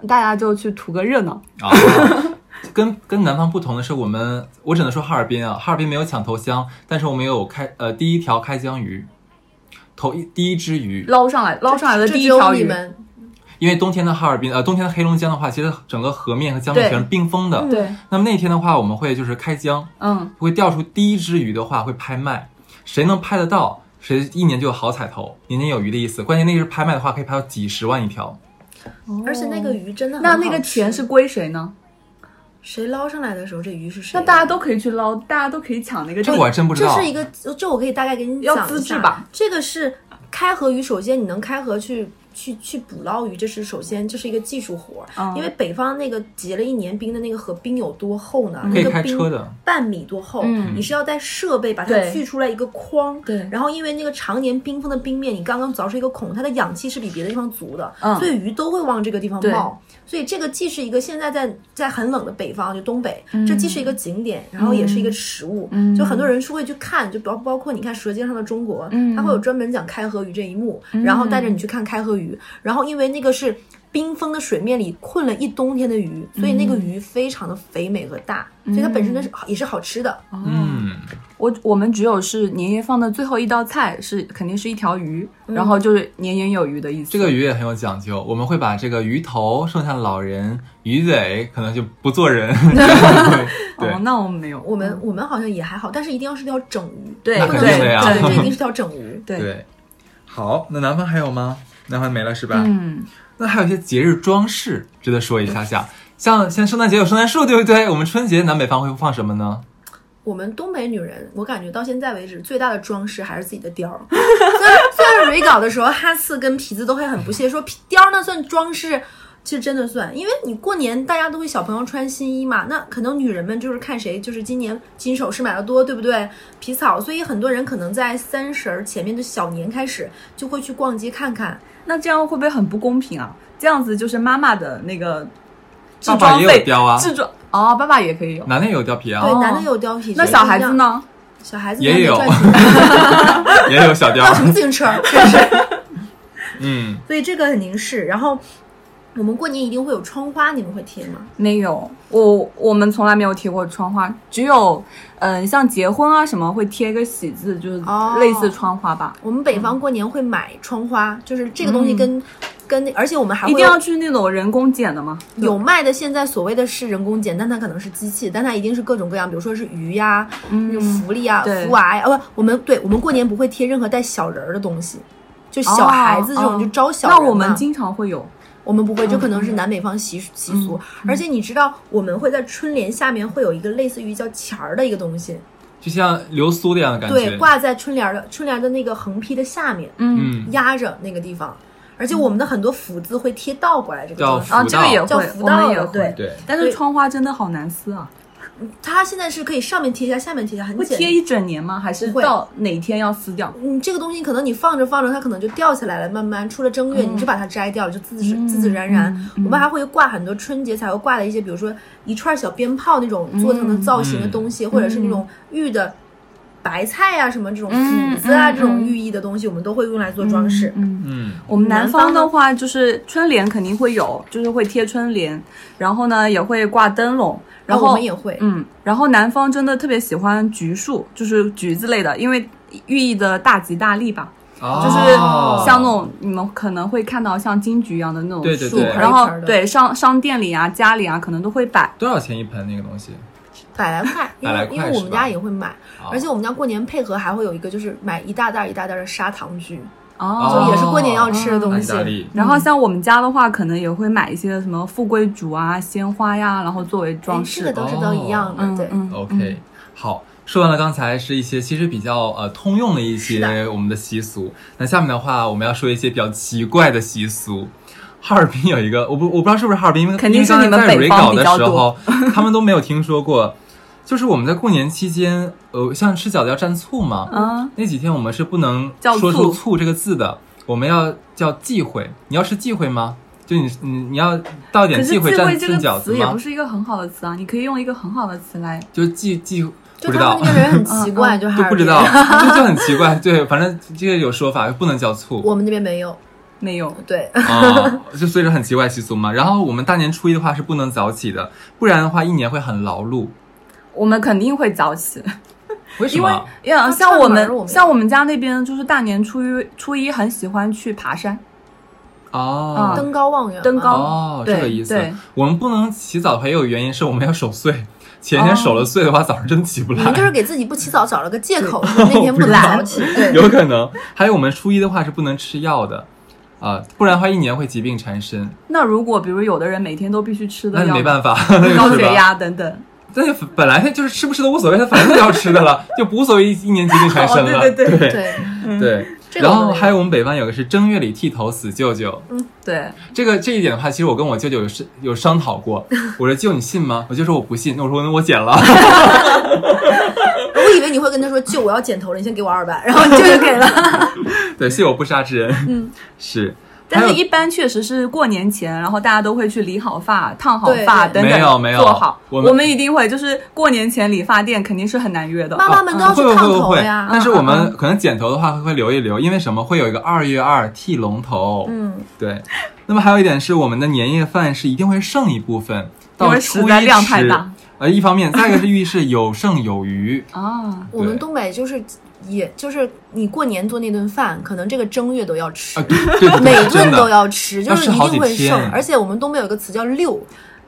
大家就去图个热闹。
啊？ 跟跟南方不同的是，我们我只能说哈尔滨啊，哈尔滨没有抢头香，但是我们有开呃第一条开江鱼，头一第一只鱼，
捞上来，捞上来的
这
第一
只有
条
你
鱼，
们
因为冬天的哈尔滨呃冬天的黑龙江的话，其实整个河面和江面
对嗯
全是冰封的。
对，
那么那天的话，我们会就是开江，
嗯，
会钓出第一只鱼的话会拍卖，谁能拍得到，谁一年就有好彩头，年年有余的意思。关键那个是拍卖的话，可以拍到几十万一条。
而且那个鱼真的很
哦那
好
那个
吃
钱是归谁呢？
谁捞上来的时候，这鱼是谁
那
的？
大家都可以去捞，大家都可以抢那个
这个我还真不知
这
道
是。一个，这我可以大概给你
要
讲一
资质
下
吧。
这个是开河鱼，首先你能开河去去去捕捞鱼，这是首先这是一个技术活儿，
嗯
因为北方那个结了一年冰的那个河冰有多厚呢？
可以
那个
开车
冰
的，
半米多厚，
嗯
你是要带设备把它
对
锯出来一个框。
对
然后，因为那个常年冰封的冰面，你刚刚凿出一个孔，它的氧气是比别的地方足的，
嗯
所以鱼都会往这个地方
对
冒。所以，这个既是一个现在在在很冷的北方，就东北，这既是一个景点，然后也是一个食物。
嗯
就很多人是会去看，就包包括你看《舌尖上的中国》
嗯
它会有专门讲开河鱼这一幕，然后带着你去看开河鱼。然后，因为那个是冰封的水面里困了一冬天的鱼，
嗯
所以那个鱼非常的肥美和大，所以它本身的是也是好吃的。
嗯，
哦我我们只有是年夜饭的最后一道菜是肯定是一条鱼，然后就是年年有余的意思。
这个鱼也很有讲究，我们会把这个鱼头剩下的老人，鱼尾可能就不做 人，对对嗯
哦，那我们没有，
我们我们好像也还好，但是一定要是条整鱼，
对
那
不
肯
能
定
是
的呀
对，这一定
对
是条整鱼。
对对，
对。好，那南方还有吗？南方没了是吧？
嗯，
那还有一些节日装饰值得说一下下，像像圣诞节有圣诞树，对不对？我们春节南北方会放什么呢？
我们东北女人，我感觉到现在为止最大的装饰还是自己的貂儿。 虽然虽然蕊搞的时候，哈次跟皮子都会很不屑说 皮貂儿那算装饰。其实真的算，因为你过年大家都会小朋友穿新衣嘛，那可能女人们就是看谁就是今年金首饰买的多，对不对？皮草，所以很多人可能在三十儿前面的小年开始就会去逛街看看，
那这样会不会很不公平啊？这样子就是妈妈的那个制
爸爸
装
也有
费，
貂啊
制装哦，爸爸也可以有。
男的也有貂皮啊
对，，
哦
男的有貂皮，
那小孩子？呢？
小孩子
也
男的
有
赚钱
也有 小
要什么
貂，
自行车？真是。
嗯，
所以这个肯定是。然后我们过年一定会有窗花，你们会贴吗？
没有，我我们从来没有贴过窗花，只有嗯、呃像结婚啊什么会贴个喜字，就是
哦
类似窗花吧。
我们北
嗯
方过年会买窗花，就是这个东西跟、跟，而且我们还会
一
有
定要去那种人工剪的吗？
有卖的。现在所谓的是人工剪，但它可能是机器，但它一定是各种各样，比如说是鱼呀、那种
嗯，
福利呀、
对
福娃呀，呃，不，我们对我们过年不会贴任何带小人儿的东西。就小
哦
孩子这种、
哦
就招小人
那
嘛，
我们嗯经常会有，
我们不会，这可能是南北方习习
嗯
俗。而且你知道，我们会在春联下面会有一个类似于叫钱儿的一个东西，
就像流苏那样的感
对，
觉，
挂在春联儿的春联儿的那个横批的下面，
嗯
嗯，
压着那个地方。而且我们的很多福字会贴倒过来，这个
叫
地
福
方。
啊，这个也
叫
会，
福
我
到
们
了
也会
对。
对，
但是
对
窗花真的好难撕啊！
它现在是可以上面贴一下，下面贴一下，很
会
简
贴
单。
一整年吗？还是
不会
到哪天要撕掉？
嗯，这个东西可能你放着放着，它可能就掉下来了。慢慢出了正月，
嗯
你就把它摘掉，就自自自自然然。我们还会挂很多春节才会挂的一些，比如说一串小鞭炮那种做
嗯
成的造型的东西，或者是那种玉的白菜啊什么这种
嗯
斧子啊
嗯
这种
嗯
寓意的东西，我们都会用来做装饰。
嗯，
嗯，
我们南
南
方
方呢
的话，就是春联肯定会有，就是会贴春联，然后呢也会挂灯笼，
然
然后、
哦后我们也会，
嗯，然后南方真的特别喜欢橘树，就是橘子类的，因为寓意的大吉大利吧，就是
哦
像那种你们可能会看到像金桔一样的那种树，
对对对
然
一
后
盆儿的
对商商店里啊、家里啊可能都会摆。
多少钱一盆那个东西？
百来块，因
百来
为
块
因为我
是
们
吧
家也会买，
哦
而且我们家过年配合还会有一个，就是买一大袋一大袋的砂糖橘，
哦
哦
就也是过年要吃的东
意
西
哦大。利，
然后像我们家的话，可能也会买一些什么富贵竹啊、鲜花呀，然后作为装
哎这
饰
个。都是都一样的，
嗯
对。
嗯
OK，、
嗯
好，说完了刚才是一些其实比较呃通用的一
是
些
的
我们的习俗，那下面的话我们要说一些比较奇怪的习俗。哈尔滨有一个，我不我不知道是不是哈尔滨，因为
肯定是
因为
你们
刚才在
北
re
方
搞
比
的
较
时候， 他们都没有听说过。就是我们在过年期间，呃，像吃饺子要蘸醋嘛，
啊，
那几天我们是不能
叫
说出“
醋
醋”这个字的，我们要叫忌讳。你要吃忌讳吗？就你你你要倒一
可
点
是
忌
忌
讳蘸
讳这
蘸饺
个
子
词也
吗
不？是一个很好的词啊，你可以用一个很好的词来。
就是忌忌，
就
不知
他
道
们。那边人很奇怪，就
哦就
还
不知道， 就就很奇怪。对，反正这个有说法，不能叫醋
我们那边没有，
没有，
对，
啊、就所以说很奇怪习俗嘛。然后我们大年初一的话是不能早起的，不然的话一年会很劳碌。
我们肯定会早起，
为什
因为
么？
呀，
那
像
串
我
门
们
儿我们
像我们家那边就是大年初一初一很喜欢去爬山，
哦、
登高望远嘛，
登高
哦，
对
这个意思
对。
我们不能起早，还有原因是我们要守岁。前一
哦
天守了岁的话，早上真起不
你
来。
们就是给自己不起早找了个借口，说那天不能早起。对，
有可能，还有我们初一的话是不能吃药的，啊、不然的话一年会疾病缠身，
那如果比如有的人每天都必须吃
那
的
没
药，
办 法，
高
是
血
吧？
压等等，
但是本来就是 吃不吃都无所谓，他反正都要吃的了，就不无所谓一年疾病缠身了。
哦对对
对
对，
对
这这个
然
我们
后
没
还有我们北方有个是正月里剃头死舅舅，
嗯对，
这个这一点的话，其实我跟我舅舅有是有商讨 过。我说舅你信吗？我舅说我不信。那我说那我剪了。
我以为你会跟他说：“舅，我要剪头了，你先给我二百。”然后舅就给了。
对，谢我不杀之恩。
嗯，
是。
但
还
是
有
一般确实是过年前，然后大家都会去理好发、烫好
对
发
对
等等，
没有没有
做好。
我
我
们
一定会，就是过年前理发店肯定是很难约的。
妈妈们都要去
会会
烫
哦会
头
会
呀，。
但是我
嗯
们可能剪头的话会会留一留，因为什么？会有一个二月二剃龙头。
嗯，
对。那么还有一点是，我们的年夜饭是一定会剩一部分，
因
到
为
初
实在
一
量太
吃
大。
呃，一方面，再一个是寓意是有剩有 余。
啊，
我们
对
东北就是，也就是你过年做那顿饭，可能这个正月都要吃
啊，，对对对，
每
对真
顿
的
都要吃，就
要
是
吃
一
好
定
几
会剩
天。
而且我们东北有一个词叫“六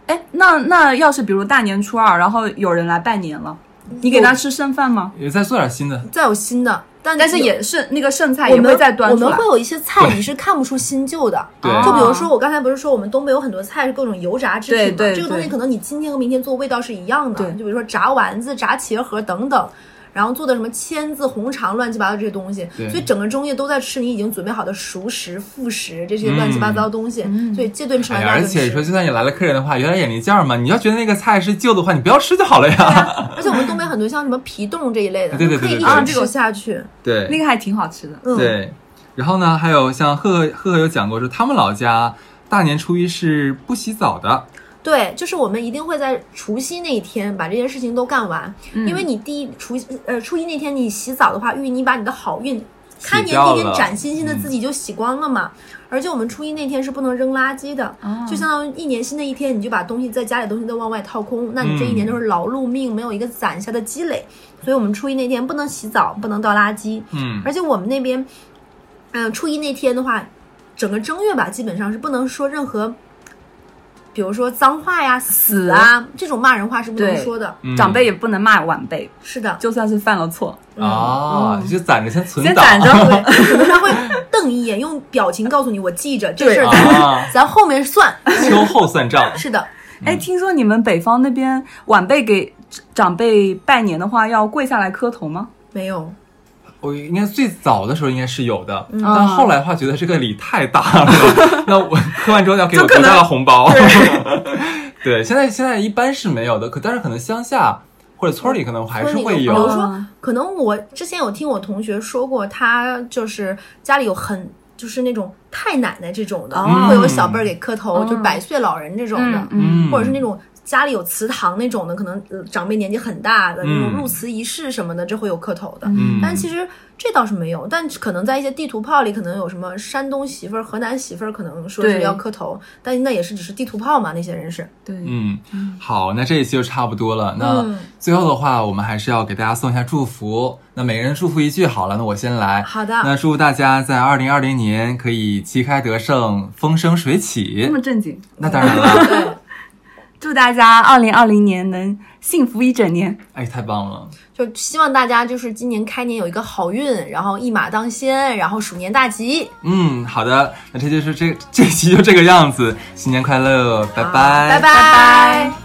哎，那那要是比如大年初二，然后有人来拜年了，你给他吃剩饭吗？
也再做点新的”，。
再有新的，但
但是
有
也是那个剩菜
我
也
们
会再端
我
出
们
来
会。有一些菜你是看不出新旧的。
对
就比如说，我刚才不是说我们东北有很多菜是各种油炸制品嘛，
对对
这个东西
对
可能你今天和明天做味道是一样的
对，
就比如说炸丸子、炸茄盒等等，然后做的什么签子、红肠、乱七八糟这些东西，
对
所以整个中夜都在吃你已经准备好的熟食、副食这些乱七八糟的东西，
嗯
所以这顿吃
嗯哎
完
呀，
大
而
家就
且你说，
吃。
就算你来了客人的话，有点眼力见儿嘛。你要觉得那个菜是旧的话，你不要吃就好 了呀。
而且我们东北很多像什么皮冻这一类的，
对对对
可
对对
以一直
对
吃下去。
对，
那个还挺好吃的。
嗯，
对，然后呢，还有像赫赫赫赫有讲过说，他们老家大年初一是不洗澡的，
对，就是我们一定会在除夕那一天把这些事情都干完，
嗯
因为你第一除呃初一那天你洗澡的话，寓意你把你的好运，
洗
开年
掉
那天
了
崭新新的
嗯
自己就洗光了嘛。而且我们初一那天是不能扔垃圾的，
啊
就相当于一年新的一天，你就把东西在家里的东西都往外掏空，那你这一年
嗯
就是劳碌命，没有一个攒下的积累。所以我们初一那天不能洗澡，不能倒垃圾，
嗯，
而且我们那边，嗯、初一那天的话，整个正月吧，基本上是不能说任何，比如说脏话呀、死啊这种骂人话是不能
对
说的。
嗯
长辈也不能骂晚辈，
是的，
就算是犯了错，
啊，就攒着先存
嗯先
档，
攒着
对，我们还会瞪一眼，用表情告诉你我记着这事儿咱们，
啊，
咱后面算。。
秋后算账
是的，
哎，听说你们北方那边晚辈给长辈拜年的话，要跪下来磕头吗？
没有，
我应该最早的时候应该是有的，
嗯
但后来的话觉得这个礼太大 了，那我喝完之后要给我
就可
多
能
大的红包？ 对，现在现在一般是没有的，可但是可能乡下或者村里可能还是
村里
会有
有比如
哦
说，可能我之前有听我同学说过，他就是家里有很就是那种太奶奶这种的，
哦
会有小辈儿给磕头，
嗯
就百岁老人这种的。
嗯
嗯，
或者是那种家里有祠堂那种的，可能呃长辈年纪很大的那种
嗯
入祠仪式什么的，这会有磕头的。
嗯，
但其实这倒是没有，但可能在一些地图炮里，可能有什么山东媳妇儿、河南媳妇儿，可能说是
对
要磕头，但那也是只是地图炮嘛，那些人是。
对，
嗯，好，那这一期就差不多了。那
嗯
最后的话，我们还是要给大家送一下祝福。那每个人祝福一句好了，那我先来。
好的，
那祝大家在二零二零年可以旗开得胜，风生水
这
起
嗯
么。正经。
那当然 了，
对，
祝大家二零二零年能幸福一整年。
哎，太棒了！
就希望大家就是今年开年有一个好运，然后一马当先，然后鼠年大吉。
嗯，好的，那这就是这这期就这个样子，新年快乐，拜
好拜
拜
拜